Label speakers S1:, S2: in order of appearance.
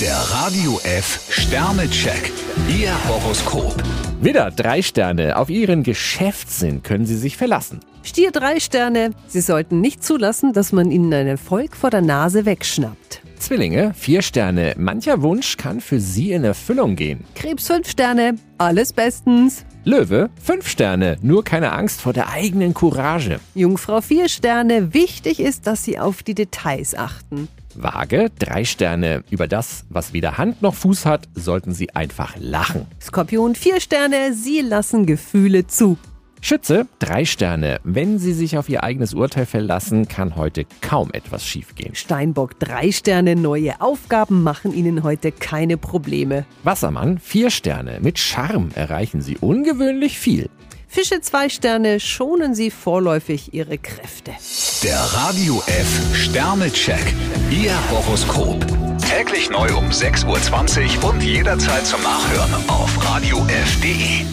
S1: Der Radio F Sternecheck. Ihr Horoskop.
S2: Wieder drei Sterne. Auf Ihren Geschäftssinn können Sie sich verlassen.
S3: Stier drei Sterne. Sie sollten nicht zulassen, dass man ihnen einen Erfolg vor der Nase wegschnappt.
S2: Zwillinge, vier Sterne. Mancher Wunsch kann für Sie in Erfüllung gehen.
S3: Krebs fünf Sterne. Alles bestens.
S2: Löwe, fünf Sterne. Nur keine Angst vor der eigenen Courage.
S3: Jungfrau vier Sterne. Wichtig ist, dass sie auf die Details achten.
S2: Waage, drei Sterne. Über das, was weder Hand noch Fuß hat, sollten Sie einfach lachen.
S3: Skorpion vier Sterne. Sie lassen Gefühle zu.
S2: Schütze, drei Sterne. Wenn Sie sich auf Ihr eigenes Urteil verlassen, kann heute kaum etwas schiefgehen.
S3: Steinbock drei Sterne. Neue Aufgaben machen ihnen heute keine Probleme.
S2: Wassermann, vier Sterne. Mit Charme erreichen Sie ungewöhnlich viel.
S3: Fische zwei Sterne. Schonen sie vorläufig ihre Kräfte.
S1: Der Radio F Sternecheck. Ihr Horoskop. Täglich neu um 6.20 Uhr und jederzeit zum Nachhören auf Radio radiof.de.